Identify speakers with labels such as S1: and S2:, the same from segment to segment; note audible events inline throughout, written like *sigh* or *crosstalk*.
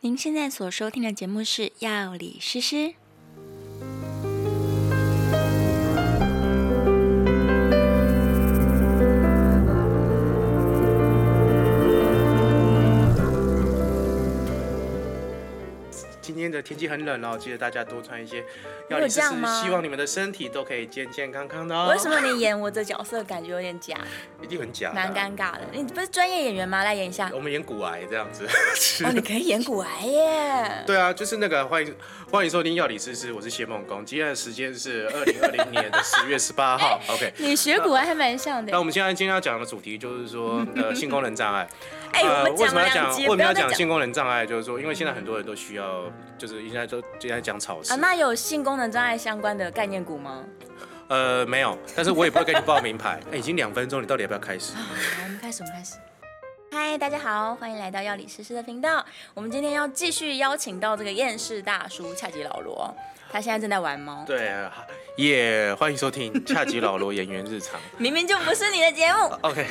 S1: 您现在所收听的节目是《药理诗诗》。
S2: 今天的天气很冷哦，记得大家多穿一些。
S3: 有
S2: 要理
S3: 这
S2: 思
S3: 样
S2: 思
S3: 吗
S2: 希望你们的身体都可以健健康康的哦。
S3: 为什么你演我这角色感觉有点假，
S2: 一定很假的啊？
S3: 蛮尴尬的？你不是专业演员吗？来演一下。
S2: 我们演骨癌这样子。 *laughs*
S3: 哦，你可以演古癌耶！
S2: 对啊，就是那个欢迎欢迎收听药理诗诗，我是谢梦工。今天的时间是二零二零年的十月十八
S3: *laughs*
S2: 号。OK，
S3: 你学古癌还蛮像
S2: 那
S3: 的
S2: 我。们现在今天要讲的主题就是说，呃，
S3: *laughs*
S2: 性功能障碍。
S3: 哎，我们
S2: 呃为
S3: 讲
S2: 什么
S3: 了两
S2: 要讲
S3: 集，
S2: 为
S3: 不
S2: 什么
S3: 要
S2: 要
S3: 再
S2: 讲
S3: 讲
S2: 性功能障碍？就是说，因为现在很多人都需要，就是现在都现在讲草食
S3: 啊。。那有性功能障碍相关的概念股吗？
S2: 呃，没有，但是我也不会跟你报名牌。 *laughs* 哎，已经两分钟，你到底要不要开始？
S1: 哦
S3: 好，我们开始，我们开始。嗨，大家好，欢迎来到药理诗诗的频道。我们今天要继续邀请到这个厌世大叔恰吉老罗，他现在正在玩猫，
S2: 对，也、欢迎收 *laughs* 听恰吉老罗演员日常。
S3: 明明就不是你的节目，
S2: OK，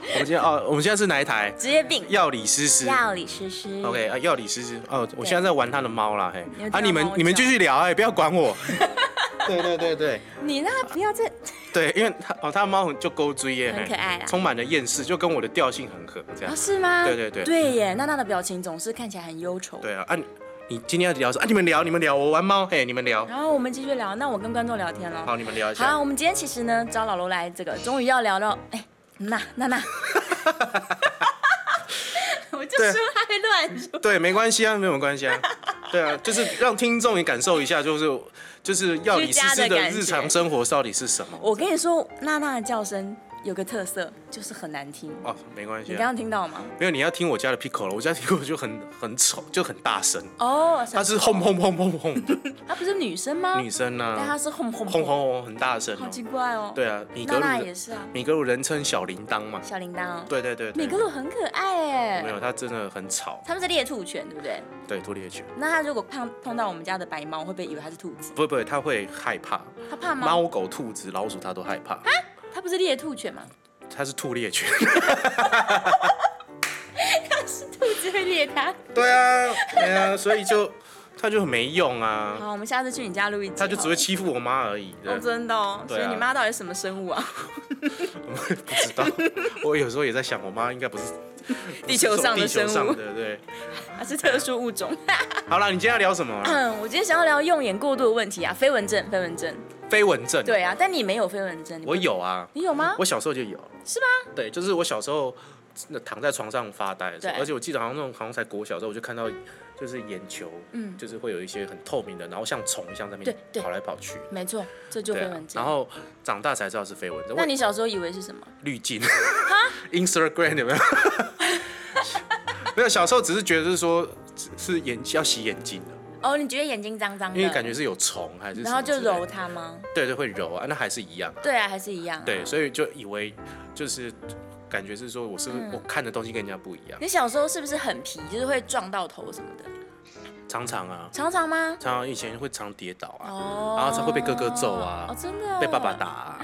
S2: 我们今天哦，我们现在是哪一台？
S3: 职业病。
S2: 药理诗诗。
S3: 药理诗诗
S2: OK 啊，药理诗诗哦，我现在在玩他的猫啦，嘿
S3: 你有听到
S2: 啊，你们
S3: 猫叫
S2: 你们继续聊，哎，不要管 *laughs* 我。对对对对
S3: 你那不要再
S2: 对，因为他哦，他的猫很就啊勾追耶，
S3: 很
S2: 嘿
S3: 可爱啦
S2: 充满了厌世，就跟我的调性很合，这样
S3: 啊？。是吗？
S2: 对对对
S3: 对耶，娜娜的表情总是看起来很忧愁。
S2: 对啊，啊你你今天要聊什么啊？你们聊你们聊，我玩猫，嘿，你们聊，
S3: 然后我们继续聊，那我跟观众聊天了。
S2: 好，你们聊一
S3: 好，
S2: 下。
S3: 我们今天其实呢找老罗来，这个终于要聊到，哎，娜娜
S2: *laughs*
S3: 娜，我就
S2: 对
S3: 说他会乱说。
S2: 对，没关系啊，没有关系
S3: *laughs*
S2: 啊。对啊，就是让听众也感受一下，就是就是药理
S3: 居
S2: 诗诗
S3: 家的
S2: 的
S3: 感觉
S2: 日常生活到底是什么。
S3: 我跟你说，娜娜的叫声有个特色，就是很难听。
S2: 哦，没关
S3: 你
S2: 系、
S3: 刚
S2: 啊，
S3: 刚听到吗？
S2: 没有，你要听我家的 Pico 了，我家 Pico 就很很丑，就很大声，
S3: 哦，
S2: 它是轰轰轰轰轰的
S3: 她不是女生吗？
S2: 女生呢、
S3: 但
S2: 啊
S3: 她，是轰轰
S2: 轰轰，轰很大声、
S3: 好奇
S2: 哦。
S3: 怪哦。，
S2: 对啊，米
S3: 娜
S2: 格鲁
S3: 娜
S2: 的
S3: 也是啊，
S2: 米格鲁人称小铃铛嘛。
S3: 小铃铛哦。
S2: 对对对对
S3: 米格鲁很可爱
S2: 没
S3: 哎，
S2: 有，它真的很吵。
S3: 他们是猎兔犬，对不对？
S2: 对，多猎犬，
S3: 那它如果碰碰到我们家的白猫，会不会以为它是兔子？
S2: 不会不会，它会害怕，
S3: 它怕猫，啊
S2: 猫、狗、兔子、老鼠它都害怕。
S3: 它不是猎兔
S2: *laughs*
S3: 犬吗？
S2: 它是兔猎犬。
S3: 兔子会猎它。
S2: 对啊，对啊，所以就它就很没
S3: *laughs*
S2: 用啊，
S3: 好，我们下次去你家录一集。
S2: 它就只会欺负我妈而已。
S3: 好了。
S2: 对
S3: 哦，真的哦，
S2: 对
S3: 所
S2: 啊
S3: 以你妈到底是什么生物啊？
S2: *laughs* 不知
S3: *laughs*
S2: 道，我有时候也在想，我妈应该不是
S3: 地球上的
S2: 地球
S3: 生
S2: 上
S3: 物，
S2: 的对。
S3: *laughs* 还是特殊物
S2: *laughs*
S3: 种？
S2: 好了，你今天要聊什么啊？
S3: 嗯，我今天想要 *laughs* 聊用眼过度的问题啊，飞蚊症，飞蚊症。
S2: 飞蚊症。，
S3: 对啊，但你没有飞蚊症，你不
S2: 我，有啊，
S3: 你有吗？
S2: 我小时候就有。
S3: 是
S2: 吗？对，就是我小时候那躺在床上发呆的时候，
S3: 对
S2: 而且我记得好像那种好像才国小的时候，我就看到就是眼球，
S3: 嗯
S2: 就是会有一些很透明的，然后像虫一样在那
S3: 对
S2: 边
S3: 对
S2: 跑来跑去。
S3: 没错，这就
S2: 对
S3: 飞
S2: 啊
S3: 蚊，症。
S2: 然，后长大才知道是飞蚊症。
S3: 那你小时候以为是什么？
S2: 滤镜，Instagram 有没 *laughs* 有？没有，小时候只是觉得是说是是眼要洗眼睛的，
S3: 哦，你觉得眼睛脏脏的，
S2: 因为感觉是有虫还是什么
S3: 然后就
S2: 之类的
S3: 揉，它吗？
S2: 对对，会揉啊，那还是一样，
S3: 对啊，还是一样、啊。
S2: 对，，所以就以为就是感觉是说我是不是、
S3: 嗯
S2: 我看的东西跟人家不一样，
S3: 你小时候是不是很皮，就是会撞到头什么的？
S2: 常常啊，
S3: 常常吗？
S2: 常常以前会常跌倒啊，
S3: 哦，
S2: 然后才会被哥哥揍啊
S3: 哦，真的，
S2: 被爸爸打。啊，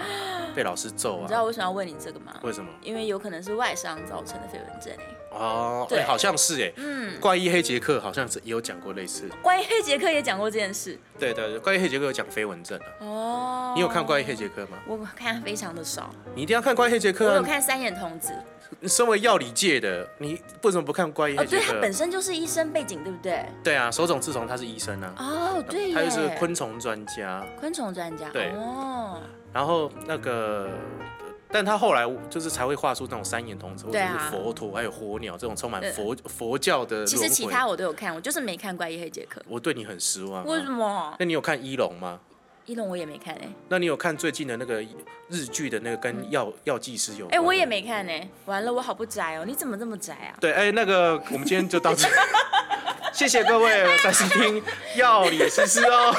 S2: 被老师揍
S3: 你知道
S2: 啊，
S3: 为什么要问你这个吗？
S2: 为什么？
S3: 因为有可能是外伤造成的飞蚊症、欸。
S2: 哦，
S3: 对
S2: 哎好像是哎、
S3: 嗯，
S2: 怪医黑杰克好像是也有讲过类似，
S3: 关于黑杰克也讲过这件事。
S2: 对对对，怪医黑杰克有讲飞蚊症啊，
S3: 哦，
S2: 你有看怪医黑？杰克吗？
S3: 我看非常的少，
S2: 你一定要看《怪医黑杰
S3: 我
S2: 克
S3: 有》
S2: 啊！
S3: 看三眼童子。
S2: 你身为药理界的，你为什么不看《怪医
S3: 哦，
S2: 黑杰
S3: 对，
S2: 克
S3: 他》本身就是医生背景，对不对？
S2: 对啊，手冢治虫他是医生啊，
S3: 哦，对耶，
S2: 他就是昆虫专家。
S3: 昆虫专家。
S2: 对
S3: 哦，
S2: 然后那个，但他后来就是才会画出那种三眼童子，或者
S3: 对
S2: 是
S3: 啊
S2: 佛陀，还有火鸟这种充满佛佛教的
S3: 其实
S2: 轮
S3: 其他
S2: 回。
S3: 我都有看，我就是没看怪医黑杰克。
S2: 我对你很失望啊。
S3: 为什么？
S2: 那你有看《一龙》吗？
S3: 一龙我也没看哎、
S2: 那你有看最近的那个日剧的那个跟药药剂师有关
S3: 嗯哎、
S2: 的？
S3: 我也没看呢、完了，我好不宅哦！你怎么这么宅啊？
S2: 对，哎、那个我们今天就到这，谢谢各位再次听药理诗诗哦。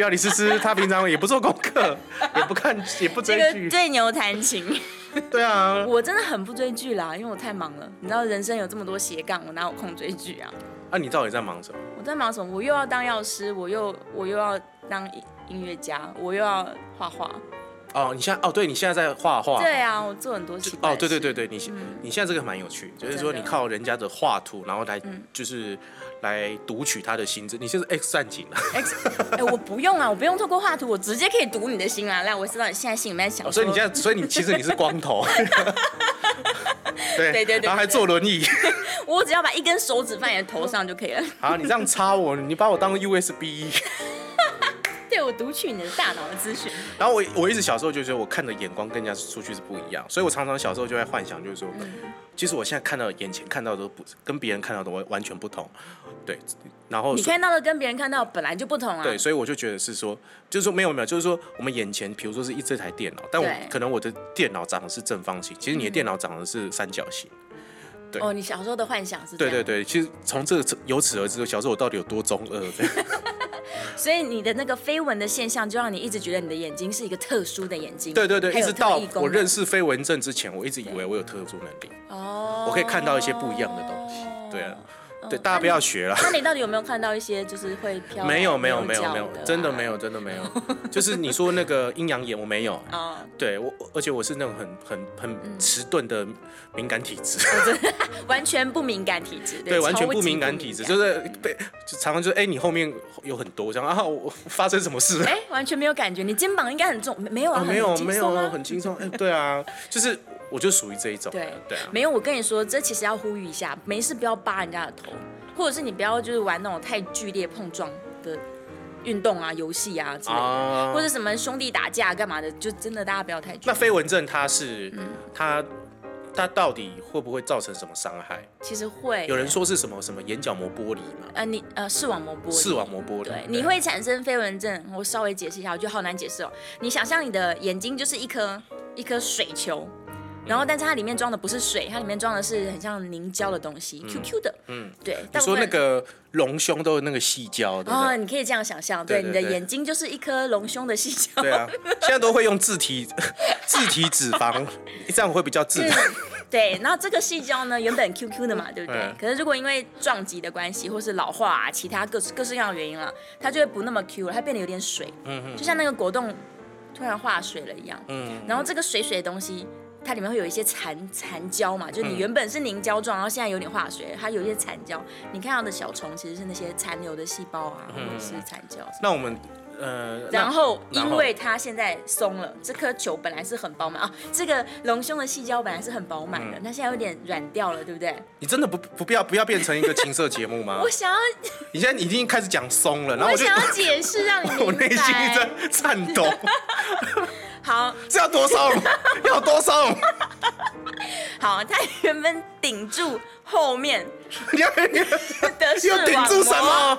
S2: 药理诗诗她平常也不做功课，也不看，也不
S3: 这
S2: 追
S3: 个
S2: 剧。
S3: 对牛弹琴， *laughs*
S2: 对啊，
S3: 我真的很不追剧啦，因为我太忙了。你知道人生有这么多斜杠，我哪有空追剧啊？
S2: 啊，你到底在忙什么？
S3: 我在忙什么？我又要当药师，我又我又要当音音乐家，我又要画画，
S2: 哦，你现在哦，对你现在在画画，
S3: 对啊，我做很多奇怪
S2: 哦，
S3: 的
S2: 对对
S3: 事
S2: 对对，你、你现在这个蛮有趣，就是说你
S3: 真的嗯
S2: 靠人家的画图，然后来、就是来读取他的心智，你现在是 X 战警啊，
S3: X，哎、我不用啊，我不用透过画图，我直接可以读你的心啊。来，我知道你现在心里面在想说、
S2: 哦所以你现在，所以你其实你是
S3: *laughs*
S2: 光头， *laughs*
S3: 对
S2: 对
S3: 对对
S2: 然后还
S3: 对
S2: 坐轮椅，
S3: 我只要把一根手指放你的头上就可以了。 *laughs*
S2: 啊，你这样插我，你把我当 USB，
S3: 对，我读取你的大脑的资讯。
S2: 然后我我一直小时候就觉得我看的眼光跟人家出去是不一样，所以我常常小时候就在幻想，就是说，
S3: 嗯
S2: 其实我现在看到眼前看到的都不跟别人看到的完完全不同，对，然后
S3: 你看到的跟别人看到的本来就不同啊。
S2: 对，所以我就觉得是说，就是说没有没有，就是说我们眼前，比如说是一这台电脑，但我
S3: 对嗯
S2: 可能我的电脑长的是正方形，其实你的电脑长的是三角形。对
S3: 哦，你小时候的幻想是这
S2: 对
S3: 样。
S2: 对对，其实从这个由此而知，小时候我到底有多中二？
S3: *laughs*
S2: 对
S3: 所以你的那个飞蚊的现象，就让你一直觉得你的眼睛是一个特殊的眼睛。
S2: 对对对，
S3: 还
S2: 一
S3: 有
S2: 直到
S3: 特异功能
S2: 我认识飞蚊症之前，我一直以为我有特殊能力，
S3: 哦，
S2: 我可以看到一些不一样的东西。对啊，对，大家不要学了。
S3: 那你到底有没有看到一些就是会飘啊？
S2: 没有没有没
S3: 没
S2: 有没有，真的没。有真
S3: *laughs*
S2: 的没有，就是你说那个阴阳眼，我没有。
S3: 哦，嗯
S2: 对我，而且我是那种很很很迟钝的敏感体质。
S3: 完全不敏感体质。
S2: *laughs* 对，完全不敏感体质，就是是被就常常就是哎、你后面有很多，我想啊，我发生什么事了？
S3: 哎，完全没有感觉。你肩膀应该很重，没没有啊？
S2: 啊，
S3: 很
S2: 没有
S3: 轻
S2: 没有
S3: 松啊，
S2: 很轻松。哎、对啊，就是我就属于这一种的。
S3: 对
S2: 对啊，
S3: 没有，我跟你说，这其实要呼吁一下，没事不要扒人家的头，或者是你不要就是玩那种太剧烈碰撞的运动啊、游戏啊之类的，
S2: 啊
S3: 或者什么兄弟打架干嘛的，就真的大家不要太剧
S2: 那
S3: 烈。
S2: 飞蚊症它是、
S3: 嗯
S2: 它它到底会不会造成什么伤害？
S3: 其实会
S2: 有人说是什么什么眼角膜剥离嘛，
S3: 呃，你呃视网膜剥离
S2: 视网膜剥离。
S3: 对，你会产生飞蚊症。我稍微解释一下，我觉得好难解释哦。你想象你的眼睛就是一颗一颗水球，
S2: 嗯
S3: 然后但是它里面装的不是水，它里面装的是很像凝胶的东西，Q Q 的。嗯，对。
S2: 你
S3: 大部
S2: 说那
S3: 分
S2: 个隆胸都有那个细胶，对不
S3: 哦，
S2: 对？
S3: 你可以这样想象，
S2: 对
S3: 对，
S2: 对
S3: 你的
S2: 对
S3: 眼睛就是一颗隆胸的细胶。
S2: 对啊，现在都会用自体 *laughs* 自体脂肪，这样会比较自然。
S3: 对，然后这个细胶呢，原本 QQ 的嘛，对不对？
S2: 嗯
S3: 可是如果因为撞击的关系，或是老化、啊、其他各式各式各样的原因啊，它就会不那么 Q 了，它变得有点水，就像那个果冻突然化水了一样。
S2: 嗯，
S3: 然后这个水水的东西，它里面会有一些残残胶嘛，就是你原本是凝胶状，然后现在有点化水，它有一些残胶。你看到的小虫其实是那些残留的细胞啊，
S2: 嗯
S3: 或者是残胶。
S2: 那我们呃，那
S3: 然后，
S2: 然
S3: 因
S2: 后
S3: 为它现在松了，这颗球本来是很饱满啊，这个隆胸的细胶本来是很饱满
S2: 嗯
S3: 的，那、现在有点软掉了，对不对？
S2: 你真的不不必要不要变成一个情色节目吗
S3: *laughs* 我？想要，
S2: 你现在已经开始讲松了，然
S3: 我
S2: 后啊我就
S3: 想要解释让你明白。
S2: *laughs* 我内心在颤抖，
S3: 好
S2: 是要多松，
S3: *laughs*
S2: 要多松，
S3: 好，它原本顶住后面
S2: 你要你
S3: 的视
S2: 要
S3: 网膜，
S2: 顶住什么？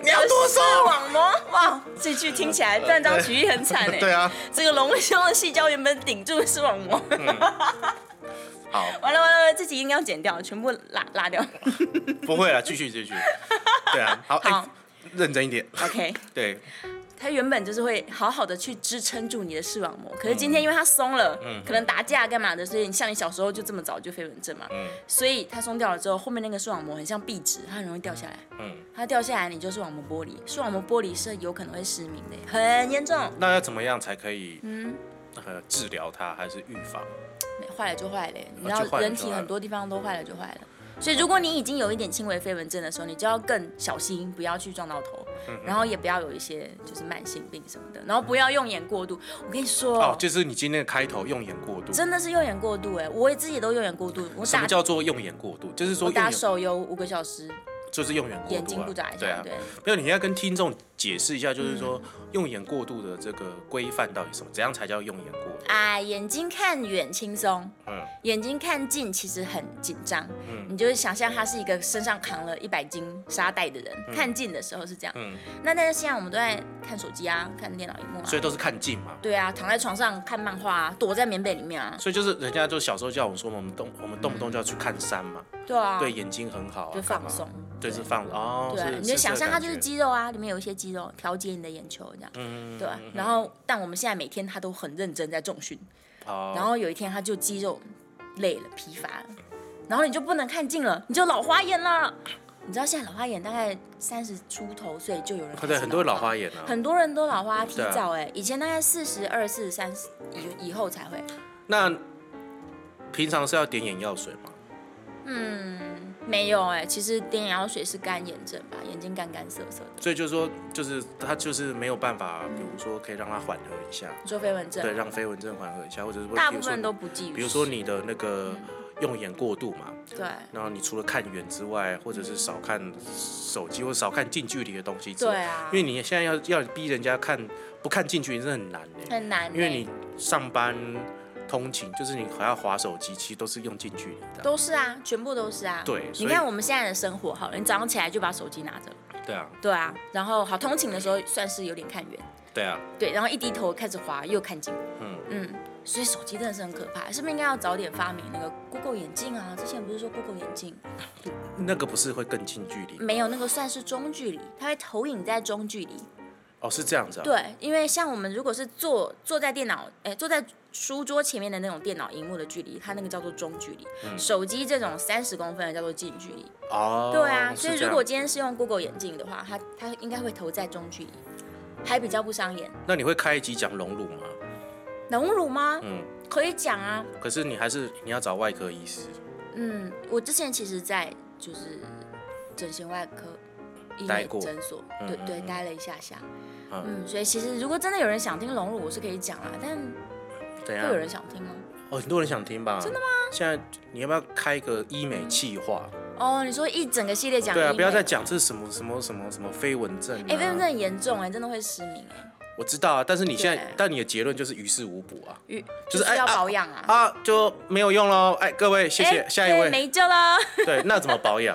S2: 你要多
S3: 视
S2: 松，
S3: 网膜，哇，这句听起来断章取义很惨哎。
S2: 对啊，
S3: 这个隆胸的细胶原本顶住视网膜，
S2: 好，
S3: 完了完了完了，这集应该要剪掉，全部拉拉掉。
S2: 不会了，继续继续，对啊，好，哎
S3: 好
S2: 认真一点，
S3: OK，
S2: 对，
S3: 它原本就是会好好的去支撑住你的视网膜，可
S2: 嗯
S3: 是今天因为它松了，可能打架干嘛的，所以你像你小时候就这么早就飞蚊症嘛，
S2: 嗯
S3: 所以它松掉了之后，后面那个视网膜很像壁纸，它很容易掉下来，
S2: 嗯，
S3: 它掉下来你就视网膜剥离，视网膜剥离是有可能会失明的，很严重，
S2: 那要怎么样才可以？
S3: 嗯
S2: 呃，治疗它还是预防？
S3: 坏了就坏了，你知
S2: 啊就坏
S3: 道
S2: 了
S3: 人
S2: 就
S3: 体
S2: 坏了
S3: 很多地方都坏了就坏了。所以，如果你已经有一点轻微飞蚊症的时候，你就要更小心，不要去撞到头，
S2: 嗯
S3: 然后也不要有一些就是慢性病什么的，然后不要用眼过度。我跟你说，
S2: 哦，就是你今天的开头用眼过度，
S3: 真的是用眼过度哎、我也自己都用眼过度，我
S2: 什
S3: 打
S2: 么叫做用眼过度？就是说
S3: 我
S2: 用
S3: 打
S2: 眼
S3: 手游五个小时，
S2: 就是用眼过度、啊，
S3: 眼睛不眨一
S2: 对
S3: 下，
S2: 啊
S3: 对,、，嗯
S2: 没有，你要跟听众解释一下，就是说、用眼过度的这个规范到底是什么？怎样才叫用眼过度？
S3: 啊，眼睛看远轻松，
S2: 嗯，
S3: 眼睛看近其实很紧张，你就会想象他是一个身上扛了一百斤沙袋的人，看近的时候是这样，
S2: 嗯
S3: 那但是现在我们都在看手机啊，看电脑荧幕啊
S2: 所，以都是看近嘛。
S3: 对啊，躺在床上看漫画啊，躲在棉被里面啊，
S2: 所以就是人家就小时候叫我们说我们动我们动不动就要去看山嘛，
S3: 对啊，
S2: 对眼睛很好、啊，
S3: 就
S2: 干
S3: 放
S2: 嘛，
S3: 松。
S2: 对是放哦，
S3: 对啊，
S2: 是
S3: 你就想象它就是，
S2: 这个
S3: 肌肉啊，里面有一些肌肉调节你的眼球这样，
S2: 嗯
S3: 对啊。然后，但我们现在每天他都很认真在重训，
S2: 感觉哦
S3: 然后有一天他就肌肉累了、疲乏了，然后你就不能看近了，你就老花眼了。你知道现在老花眼大概三十出头岁就有人开始
S2: 哦对，很多老花
S3: 眼，
S2: 眼啊。
S3: 很多人都老花提
S2: 对啊
S3: 早哎、以前大概四十二、四十三以以后才会。
S2: 那平常是要点眼药水吗？
S3: 嗯，没有哎、其实点眼药水是干眼症吧，眼睛干干涩涩的，
S2: 所以就是说，就是他就是没有办法，比如说可以让它缓和一下，
S3: 你说飞蚊症，
S2: 对，让飞蚊症缓和一下，或者是说
S3: 大
S2: 比
S3: 部
S2: 如说
S3: 分
S2: 你
S3: 都不至于。
S2: 比如说你的那个用眼过度嘛，
S3: 对
S2: 然后你除了看远之外，或者是少看手机或者少看近距离的东西之
S3: 对
S2: 外，
S3: 啊，
S2: 因为你现在要要逼人家看不看近距离是很难的，
S3: 很难欸、
S2: 因为你上班通勤就是你还要划手机，其实都是用近距离的。
S3: 都是啊，全部都是啊。
S2: 对
S3: 你
S2: 所以
S3: 看我们现在的生活好了，你早上起来就把手机拿着了，
S2: 对啊，
S3: 对啊，然后好通勤的时候算是有点看远，
S2: 对啊，
S3: 对，然后一低头开始滑又看近，
S2: 嗯
S3: 嗯，所以手机真的是很可怕，是不是应该要早点发明那个 Google 眼镜啊？之前不是说 Google 眼镜
S2: 那个不是会更近距离
S3: 没有那个算是中距离，它会投影在中距离，
S2: 哦，是这样子啊。
S3: 对，因为像我们如果是坐坐在电脑，哎、坐在书桌前面的那种电脑荧幕的距离，它那个叫做中距离。手机这种三十公分的叫做近距离。
S2: 嗯哦，
S3: 对啊，
S2: 是
S3: 所以
S2: 这
S3: 如
S2: 样
S3: 果今天是用 Google 眼镜的话，它它应该会投在中距离，还比较不伤眼。
S2: 那你会开一集讲隆乳吗？
S3: 隆乳吗？
S2: 嗯，
S3: 可以讲啊。
S2: 可是你还是你要找外科医师。
S3: 嗯，我之前其实在就是整形外科。医
S2: 待
S3: 美
S2: 过
S3: 诊所，
S2: 嗯
S3: 对
S2: 嗯
S3: 对，
S2: 嗯
S3: 待了一下下，
S2: 嗯
S3: 嗯，所以其实如果真的有人想听隆乳，我是可以讲啦，但
S2: 怎
S3: 会有
S2: 样？
S3: 人想听吗？
S2: 哦，很多人想听吧？真的吗？现在你要不要开一个医美计划？
S3: 哦，你说一整个系列讲
S2: 对啊，
S3: 医
S2: 不要
S3: 美
S2: 再讲这什么什么什么什么飞蚊症、啊。
S3: 哎，飞蚊症很严重哎、真的会失明哎、
S2: 我知道啊，但是你现在
S3: 对，
S2: 但你的结论就是于事无补啊
S3: 与就
S2: 就是
S3: 是
S2: 哎
S3: 要
S2: 啊
S3: 保养啊。
S2: 啊，就没有用喽。哎，各位，谢
S3: 哎
S2: 谢，下一
S3: 对
S2: 位。
S3: 没救了。
S2: 对，那怎么保养？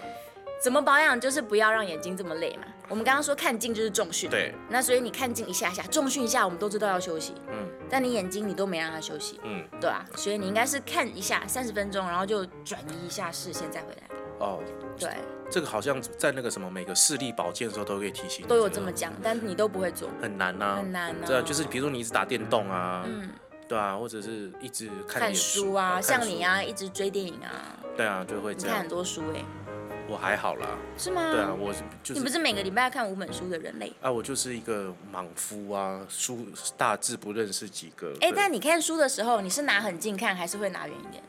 S3: 怎么保养？就是不要让眼睛这么累嘛。我们刚刚说看近就是重训，
S2: 对。
S3: 那所以你看近一下下，重训一下，我们都知道要休息，
S2: 嗯
S3: 但你眼睛你都没让它休息，
S2: 嗯，
S3: 对啊，所以你应该是看一下三十分钟，然后就转移一下视线再回来。
S2: 哦，
S3: 对，
S2: 这个好像在那个什么每个视力保健的时候都会提醒，
S3: 都有这么讲，但你都不会做，
S2: 很难呐、
S3: 很难啊
S2: 对啊，就是比如说你一直打电动啊，对啊，或者是一直看
S3: 嗯看
S2: 脸
S3: 书
S2: 啊
S3: 啊，
S2: 看
S3: 像你
S2: 书，
S3: 啊，一直追电影啊，
S2: 对啊，就会
S3: 你
S2: 这
S3: 看
S2: 样
S3: 很。多书哎、
S2: 我还好啦，
S3: 是吗？
S2: 对啊，我是就
S3: 你
S2: 是嗯
S3: 不是每个礼拜要看五本书的人类？
S2: 啊，我就是一个莽夫啊，书大致不认识几个。
S3: 哎、
S2: 对
S3: 但你看书的时候，你是拿很近看，还是会拿远一点？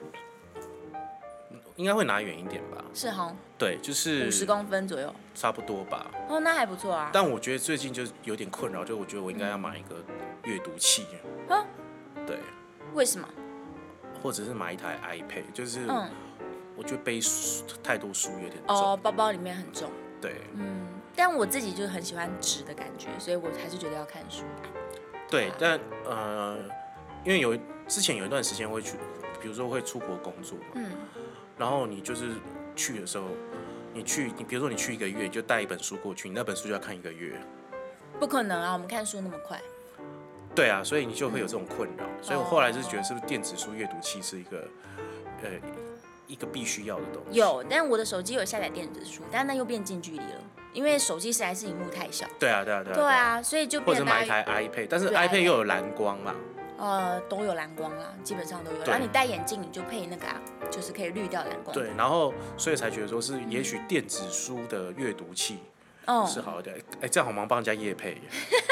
S2: 应该会拿远一点吧？
S3: 是哈，
S2: 对，就是
S3: 五十公分左右。
S2: 差不多吧。
S3: 哦，那还不错啊。
S2: 但我觉得最近就是有点困扰，就我觉得我应该要买一个阅读器，
S3: 啊，
S2: 对，
S3: 为什么？
S2: 或者是买一台 iPad，就是
S3: 嗯，
S2: 我觉得背书太多书有点重，
S3: 哦，包包里面很重。
S2: 对
S3: 嗯，但我自己就是很喜欢纸的感觉，所以我还是觉得要看书。
S2: 对，但呃，因为有之前有一段时间会去，比如说会出国工作，嗯，然后你就是去的时候。你去，你比如说你去一个月，你就带一本书过去，你那本书就要看一个月。
S3: 不可能啊，我们看书那么快。
S2: 对啊，所以你就会有这种困扰。所以我后来是觉得，是不是电子书阅读器是一个，呃，一个必须要的东西。
S3: 有，但我的手机有下载电子书，但那又变近距离了，因为手机实在是荧幕太小。
S2: 对啊，对啊，对啊。
S3: 对，啊，所以就
S2: 或
S3: 变
S2: 者
S3: 得
S2: 买
S3: 大
S2: 一
S3: 家
S2: 台 iPad，但是
S3: 对
S2: iPad
S3: iPad
S2: 又有蓝光嘛，
S3: 呃都有蓝光啦，基本上都有。
S2: 对
S3: 然后你戴眼镜，你就配那个、啊，就是可以滤掉蓝光。
S2: 对，，然后所以才觉得说是，也许电子书的阅读器
S3: 哦，
S2: 是好一点。哎、这样好忙帮人家夜
S3: *laughs*
S2: 配耶，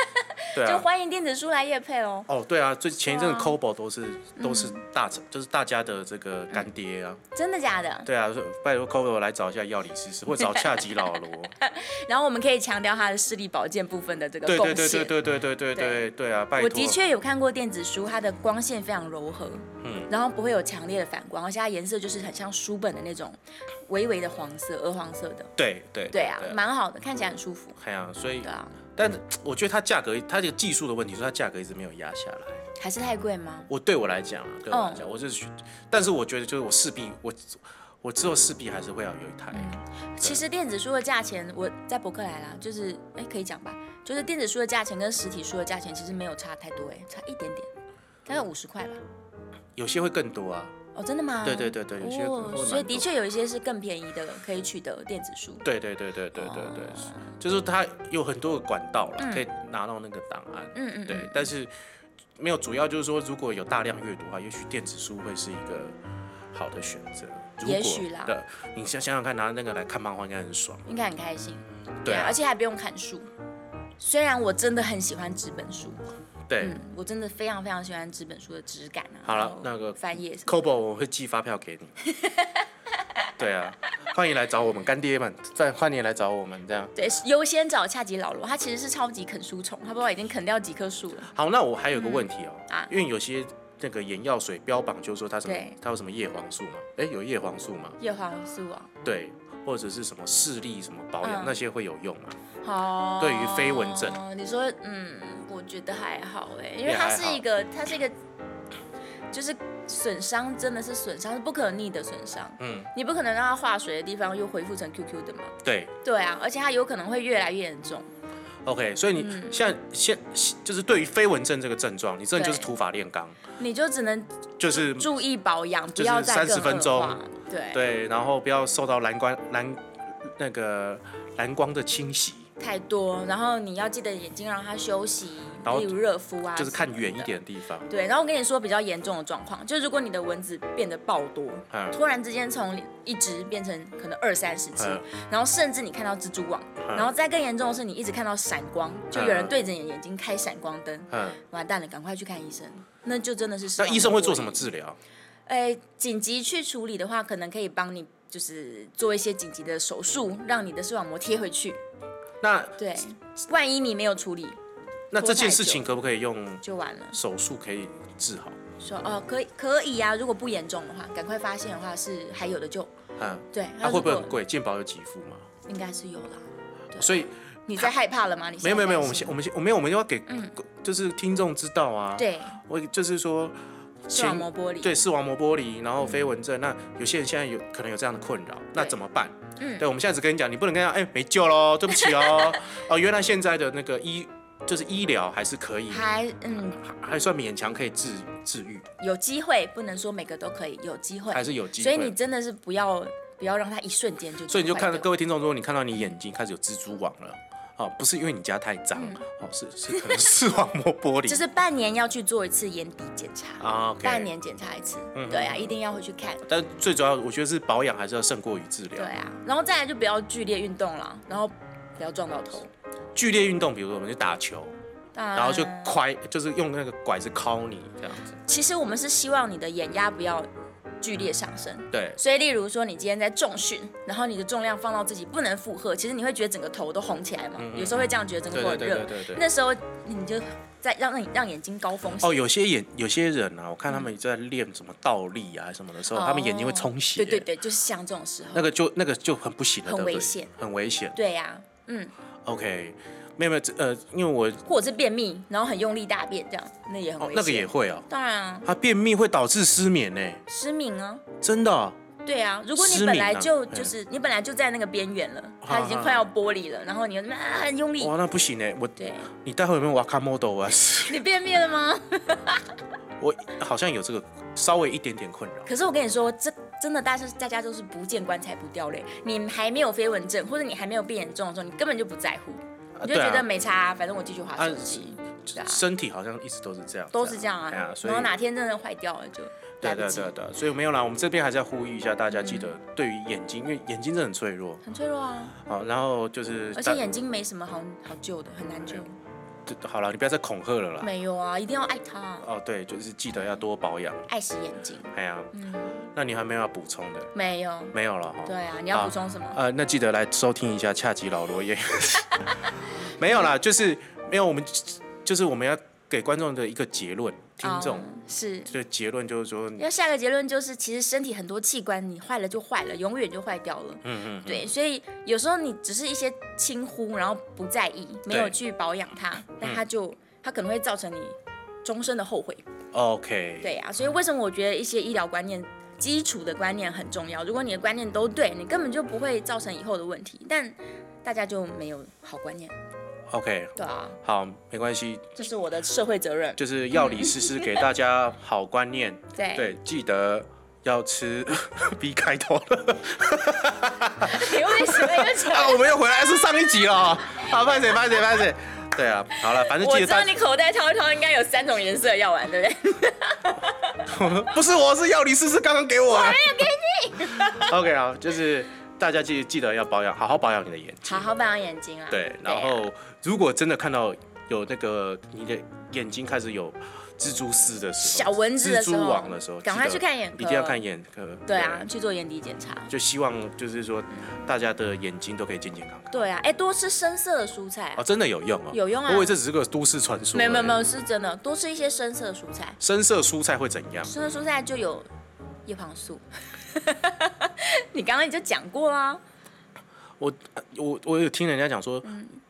S2: 对
S3: 就
S2: 啊。
S3: 欢迎电子书来夜配哦。
S2: 哦，对啊，最前一阵子
S3: 对啊
S2: Kobo 都是、都是大成，就是大家的这个干爹啊，
S3: 真的假的？
S2: 对啊，所以拜托 Kobo 来找一下药理师师，或者找恰吉老
S3: *laughs*
S2: 罗，
S3: 然后我们可以强调它的视力保健部分的这个
S2: 对
S3: 贡
S2: 对
S3: 献。
S2: 对对对对对对对对啊，拜托，
S3: 我的确有看过电子书，它的光线非常柔和，
S2: 嗯
S3: 然后不会有强烈的反光，而且它颜色就是很像书本的那种微微的黄色、鹅黄色的。
S2: 对对
S3: 对啊，蛮好的，看起来很舒服。
S2: 哎呀、所以
S3: 对，啊，
S2: 但是我觉得它价格，它这个技术的问题，所以它价格一直没有压下来。
S3: 还是太贵吗？
S2: 我对我来讲啊，对我来
S3: 嗯
S2: 讲，我就是，但是我觉得就是我势必我我之后势必还是会要有一台，
S3: 其实电子书的价钱，我在博客来啦，就是哎可以讲吧，就是电子书的价钱跟实体书的价钱其实没有差太多，哎，差一点点，大概五十块吧。
S2: 有些会更多啊。
S3: 哦，真的吗？
S2: 对对对对有些可能会
S3: 哦，
S2: 蛮
S3: 所以的
S2: 多
S3: 确有一些是更便宜的，可以取得电子书。
S2: 对对对对对对对，
S3: 哦
S2: 就是它有很多个管道了，可以拿到那个档案。
S3: 嗯嗯
S2: 对，但是没有主要就是说，如果有大量阅读的话，也许电子书会是一个好的选择。如
S3: 也许
S2: 果
S3: 啦
S2: 的，你想想想看，拿那个来看漫画应该很爽。
S3: 应该很开心。
S2: 对啊
S3: 而且还不用看书。虽然我真的很喜欢纸本书，
S2: 对
S3: 嗯，我真的非常非常喜欢纸本书的质感啊。
S2: 好了
S3: 然后
S2: 那个
S3: 翻页什么的
S2: c o b o 我会寄发票给你。 *laughs* 对啊，欢迎来找我们干爹们，再欢迎来找我们这样。
S3: 对，优先找恰吉老罗，他其实是超级啃书虫，他不知道已经啃掉几棵树了。
S2: 好，那我还有个问题哦、
S3: 嗯啊
S2: 因为有些那个眼药水标榜就是说它什么
S3: 对，
S2: 它有什么叶黄素嘛？哎、有叶黄素嘛？
S3: 叶黄素啊，
S2: 对，或者是什么视力什么保养、
S3: 嗯
S2: 那些会有用吗？啊
S3: 好。
S2: 对于飞蚊症，
S3: 你说，嗯，我觉得还好哎、因为
S2: 也还
S3: 它
S2: 好
S3: 是一个，它是一个，就是损伤真的是损伤，是不可逆的损伤。
S2: 嗯，
S3: 你不可能让它化水的地方又恢复成 QQ 的嘛？
S2: 对
S3: 对啊，而且它有可能会越来越严重。
S2: ，OK，所以
S3: 嗯
S2: 你像现、就是对于飞蚊症这个症状，你真的就是
S3: 对
S2: 土法炼钢，
S3: 你就只能
S2: 就是
S3: 注意保养，不
S2: 是
S3: 要再更
S2: 30分钟
S3: 恶化。对，
S2: 对，然后不要受到蓝光蓝那个蓝光的侵袭，
S3: 太多。然后你要记得眼睛让它休息，
S2: 然后
S3: 例如热敷啊，
S2: 就是看
S3: 什么的
S2: 远一。点的地方。
S3: 对，然后我跟你说比较严重的状况，就是如果你的蚊子变得爆多，
S2: 嗯
S3: 突然之间从一只变成可能二三十只
S2: 嗯，
S3: 然后甚至你看到蜘蛛网，
S2: 嗯
S3: 然后再更严重的是你一直看到闪光，就有人
S2: 嗯
S3: 对着你的眼睛开闪光灯，
S2: 嗯，
S3: 完蛋了，赶快去看医生。那就真的是
S2: 那医生会做什
S3: 么？
S2: 么治疗？
S3: 哎，紧急去处理的话，可能可以帮你就是做一些紧急的手术，让你的视网膜贴回去。
S2: 那
S3: 对，万一你没有处理，
S2: 那
S3: 拖
S2: 这件
S3: 太
S2: 事情
S3: 久
S2: 可不可以用
S3: 就完了。
S2: 手术可以治好？
S3: 说哦，可以可以呀、如果不严重的话，赶快发现的话是还有的救。
S2: 嗯，
S3: 对，
S2: 那
S3: 那
S2: 会
S3: 如
S2: 不会
S3: 果
S2: 很贵？健保有给付吗？
S3: 应该是有啦。
S2: 所以
S3: 你在害怕了吗？你
S2: 没有没有没有，我们
S3: 现
S2: 先
S3: 在
S2: 我们先我没有我们要给
S3: 嗯
S2: 就是听众知道啊。，
S3: 担心
S2: 我就是说，
S3: 对视网膜玻璃，
S2: 对，视网膜剥离，然后飞蚊症，那有些人现在有可能有这样的困扰，那怎么办？嗯，对，我们现在只跟你讲，你不能跟他讲，哎、没救喽，对不
S3: *laughs*
S2: 起哦，哦，原来现在的那个医就是医疗还是可以，还
S3: 还嗯
S2: 还算勉强可以治治愈，
S3: 有机会，不能说每个都可以，有机会。
S2: 还是有机会。
S3: 所以你真的是不要不要让它一瞬间就
S2: 所以你就看
S3: 坏
S2: 到
S3: 掉
S2: 各位听众，如果你看到你眼睛开始有蜘蛛网了，哦，不是因为你家太脏，哦，是是可能视网膜剥
S3: 嗯 *laughs*
S2: 离，
S3: 就是半年要去做一次眼底检查
S2: 啊，OK 嗯
S3: 半年检查一次，对啊，一定要回去看，
S2: 但最主要我觉得是保养还是要胜过于治疗
S3: 对。啊，然后再来就不要剧烈运动了，然后不要撞到头，
S2: 剧烈运动，比如说我们去打球，
S3: 当然
S2: 然后就快，就是用那个拐子敲你这样子，
S3: 其实我们是希望你的眼压不要剧烈上升。
S2: 对。
S3: 所以，例如说，你今天在重训，然后你的重量放到自己不能负荷，其实你会觉得整个头都红起来嘛？有时候会这样觉得整个头很
S2: 嗯对
S3: 热。
S2: 对对对对对
S3: 那时候你就在让让你让眼睛高风险。
S2: 哦，有些眼有些人啊，我看他们在练什么倒立啊什么的时候，他们眼睛会充血，
S3: 哦对对，对，就是像这种时候。
S2: 那个就那个就很不行了，
S3: 很
S2: 对不对
S3: 危险，
S2: 很危险。
S3: 对呀、嗯，
S2: OK，没有没有，这呃，因为我
S3: 或者是便秘，然后很用力大便这样，那也很危
S2: 哦
S3: 险。
S2: 那个也会哦，
S3: 当然啊，
S2: 他便秘会导致失眠呢，
S3: 失明啊，
S2: 真的哦。
S3: 对啊，如果
S2: 失
S3: 你
S2: 明啊
S3: 本来就、
S2: 嗯
S3: 就是你本来就在那个边缘了，它已经
S2: 啊
S3: 快要剥离了，然后你又啊很用力，
S2: 哇，那不行呢，我
S3: 对
S2: 你待会有没有瓦卡 model 啊？ *laughs*
S3: 你便秘了吗？
S2: 我好像有这个稍微一点点困扰。
S3: 可是我跟你说，这真的大家大家都是不见棺材不掉泪，你还没有飞蚊症或者你还没有变严重的时候，你根本就不在乎，你就
S2: 对啊
S3: 觉得没差、啊，反正我继续划手机，对啊，
S2: 身体好像一直都是这样子啊，
S3: 都是这样
S2: 哎
S3: 啊
S2: 呀，所以
S3: 然后哪天真的坏掉了就
S2: 对
S3: 来
S2: 对啊
S3: 不及
S2: 对，对，所以没有啦，我们这边还是要呼吁一下大家，记得对于眼睛，因为眼睛真的很脆弱
S3: 很脆弱啊。
S2: 好，然后就是
S3: 而
S2: 大
S3: 且眼睛没什么好好救的，很难
S2: 哎
S3: 救。
S2: 好了，你不要再恐吓了啦。
S3: 没有啊，一定要爱它，
S2: 哦，对，就是记得要多保养。
S3: 爱惜眼睛。
S2: 哎呀，
S3: 嗯
S2: 那你还没有要补充的？
S3: 没有。
S2: 没有了哈。
S3: 对啊，你要
S2: 好
S3: 补充什么？
S2: 呃，那记得来收听一下恰吉老
S3: *laughs*
S2: 罗也没有啦，就是没有我们就是我们要给观众的一个结论，听众
S3: 嗯是。
S2: 这个结论就是说，
S3: 要下个结论就是，其实身体很多器官你坏了就坏了，永远就坏掉了。嗯嗯。对，所以有时候你只是一些轻忽，然后不在意，没有去保养它，那它就它可能会造成你终身的后悔。
S2: OK，
S3: 对啊，所以为什么我觉得一些医疗观念、基础的观念很重要？如果你的观念都对，你根本就不会造成以后的问题。但大家就没有好观念，
S2: o k
S3: 对啊，
S2: 好，没关系，
S3: 这是我的社会责任。
S2: 就是药理诗诗给大家好观念，
S3: 对 *laughs*
S2: 对，记得要吃 *laughs* B 开头啊了
S3: 你为什么又 *laughs* 扯？
S2: 啊，我们又回来是上一集了哦，好，拍谁拍谁拍谁，对啊，好了，反正
S3: 我
S2: 记得
S3: 知
S2: 大
S3: 道你口袋掏一掏，应该有三种颜色的药丸，对不对？
S2: *laughs* 不是我是药理诗诗刚刚给我、啊，我没有给 *laughs* OK 啊，就是大家记记得要保养，好好保养你的眼
S3: *laughs*
S2: 睛
S3: 好。好保养眼睛啦。
S2: 对，
S3: 啊
S2: 然后如果真的看到有那个你的眼睛开始有蜘蛛丝的时候，
S3: 小蚊子的
S2: 蜘
S3: 时候
S2: 蛛网的时候，
S3: 赶快
S2: 记得
S3: 去看眼科
S2: 一定要看眼科。
S3: 对啊，，去做眼底检查。
S2: 就希望就是说大家的眼睛都可以健健康康。
S3: 对啊，哎，多吃深色的蔬菜啊
S2: 哦，。真的有用哦，
S3: 有用啊
S2: 我以为这只是个都市传说。
S3: 没有没有没有，，是真的，多吃一些深色蔬菜。
S2: 深色蔬菜会怎样？
S3: 深色蔬菜就有叶黄素。 *laughs* 你刚刚你就讲过啦，
S2: 我我有听人家讲说，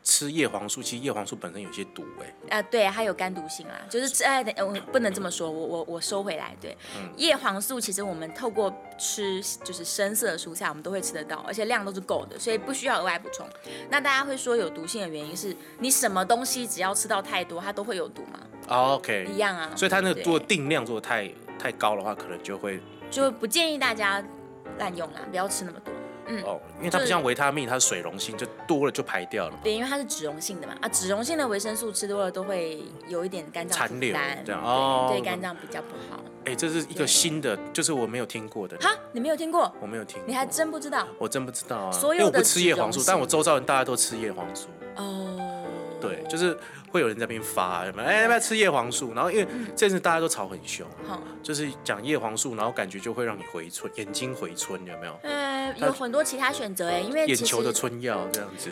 S2: 吃叶黄素，其实叶黄素本身有些毒哎、
S3: 啊，对，它有肝毒性啊，就是吃哎，等我不能这么说，我我我收回来。对，
S2: 嗯
S3: 叶黄素其实我们透过吃就是深色的蔬菜，我们都会吃得到，而且量都是够的，所以不需要额外补充。那大家会说有毒性的原因是你什么东西只要吃到太多，它都会有毒吗？
S2: 哦 OK，
S3: 嗯一样啊
S2: 所以它那个
S3: 对
S2: 做定量做得太太高的话，可能就会
S3: 就不建议大家滥用啦，不要吃那么多。
S2: 哦，因为它不
S3: 就是
S2: 像维他命，它是水溶性，就多了就排掉了嘛，
S3: 对，因为它是脂溶性的嘛，啊，脂溶性的维生素吃多了都会有一点肝脏
S2: 残
S3: 负
S2: 留
S3: 担
S2: 这样
S3: 哦对对
S2: 哦
S3: 肝脏比较不好。
S2: 哎、这是一个
S3: 对
S2: 新的，就是我没有听过的，
S3: 哈，你没有听过？
S2: 我没有听过，
S3: 你还真不知道
S2: 我真不知道啊，
S3: 所
S2: 因为
S3: 有
S2: 我
S3: 的
S2: 不吃叶黄
S3: 脂
S2: 素
S3: 溶，性
S2: 但我周遭人大家都吃叶黄素，
S3: 哦？
S2: 对，就是会有人在那边发，有没有哎、要不要吃叶黄素？然后因为
S3: 嗯
S2: 这次大家都吵很凶，啊
S3: 好，
S2: 就是讲叶黄素，然后感觉就会让你回春，眼睛回春，有没有？
S3: 呃，有很多其他选择哎，因为
S2: 眼
S3: 其
S2: 球的
S3: 实
S2: 春药这样子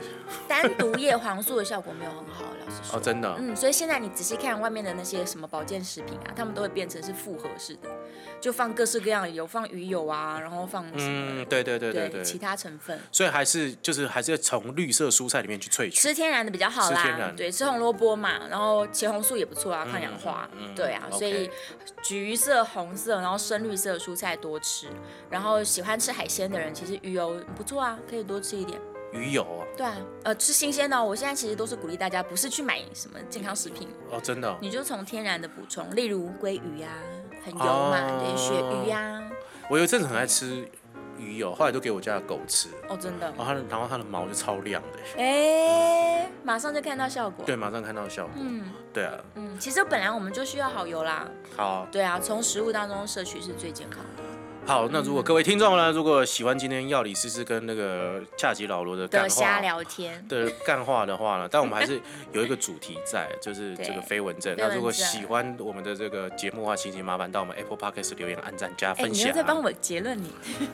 S3: 单独叶黄素的效果没有很好，老实
S2: 哦，
S3: 说。
S2: 真的哦、
S3: 嗯，所以现在你仔细看外面的那些什么保健食品啊，他们都会变成是复合式的，就放各式各样的油，放鱼油啊，然后放什么、
S2: 嗯，对对对对对，
S3: 其他成分，
S2: 所以还是就是还是要从绿色蔬菜里面去萃取。
S3: 吃天然的比较好
S2: 吃天
S3: 啦
S2: 然，嗯
S3: 对，吃红萝卜嘛，然后茄红素也不错啊，抗氧化，对啊，
S2: OK
S3: 所以橘色、红色，然后深绿色的蔬菜多吃，然后喜欢吃海鲜的人，其实鱼油不错啊，可以多吃一点。
S2: 鱼油啊，
S3: 对啊，呃，吃新鲜的哦、我现在其实都是鼓励大家，不是去买什么健康食品，
S2: 哦，真的哦、
S3: 你就从天然的补充，例如鲑鱼呀、很油嘛，
S2: 哦
S3: 对，鳕鱼啊呀、
S2: 我有一阵子很爱吃鱼油，后来都给我家的狗吃，
S3: 哦，真的，
S2: 然后它的然后它的毛就超亮的，
S3: 哎、马上就看到效果。
S2: 对，马上看到效果。
S3: 嗯
S2: 对啊，
S3: 嗯，其实本来我们就需要好油啦，
S2: 好
S3: 对啊，从食物当中摄取是最健康的
S2: 好，那如果各位听众呢，如果喜欢今天药理诗诗跟那个恰吉老罗的啊干
S3: 的瞎
S2: 话。
S3: 聊天。
S2: 的干话的话呢，但我们
S3: *laughs*
S2: 还是有一个主题在，就是
S3: 对
S2: 这个飞蚊症。
S3: 飞蚊
S2: 那如果
S3: 症
S2: 喜欢我们的这个节目的话，请请麻烦到我们 Apple Podcast 留言、按赞、加
S3: 哎、
S2: 分
S3: 你又
S2: 享。啊
S3: 在帮我结论你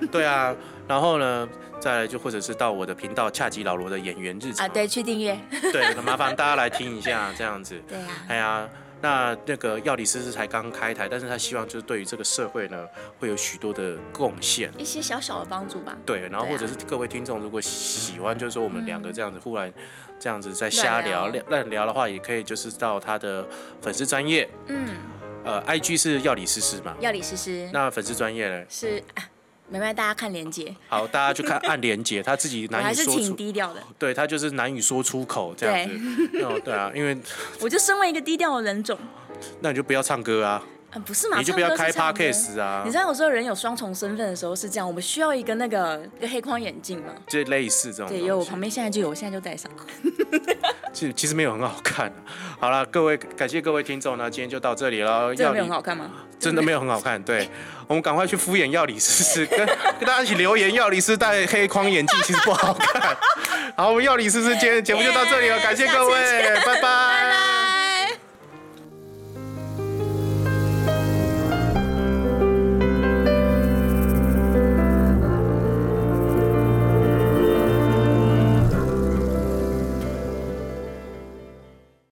S2: 对啊，然后呢，再来就或者是到我的频道恰吉老罗的演员日常
S3: 啊？对，去订阅。
S2: 对，麻烦大家来听一下这样子。
S3: *laughs* 对啊，
S2: 哎呀，那那个药理师是才刚开台，但是他希望就是对于这个社会呢，会有许多的贡献。
S3: 一些小小的帮助吧。
S2: 对，然
S3: 对
S2: 后
S3: 啊嗯
S2: 或者是各位听众如果喜欢，就是说我们两个这样子忽然这样子在瞎
S3: 乱
S2: 聊
S3: 聊
S2: 聊乱聊的话，也可以就是到他的粉丝专业，
S3: 嗯，
S2: 呃，IG 是药理师是嘛？
S3: 药理诗诗
S2: 那粉丝专业呢？
S3: 是啊，没关系，大家看连接，
S2: 好，大家就
S3: *laughs*
S2: 看按连接，他自己
S3: 我
S2: 难
S3: 还
S2: 以
S3: 是
S2: 说
S3: 挺
S2: 出，
S3: 低调的。
S2: 对他就是难以说出口这样子。 *laughs* 哦，对啊，因为
S3: 我就身为一个低调的人种，
S2: 那你就不要唱歌啊，
S3: 啊，不是嘛？
S2: 哦你就不要
S3: 唱歌
S2: 开
S3: 是唱歌
S2: podcast 啊
S3: 你，知道有时候人有双重身份的时候是这样，我们需要一个那个一个黑框眼镜嘛。
S2: 就类似这种。
S3: 对，有我旁边现在就有，我现在就戴上。
S2: 其实其实没有很好看、啊好了，各位感谢各位听众呢，今天就到这里了。
S3: 这
S2: 药
S3: 个没
S2: 理
S3: 有很好看吗？
S2: 真的没有很好看，对我们赶快去敷衍药理师师，跟 *laughs* 跟大家一起留言，药理师戴黑框眼镜其实不好看。好，我们药理师师今天的节目就到这里了，感谢各位，拜拜。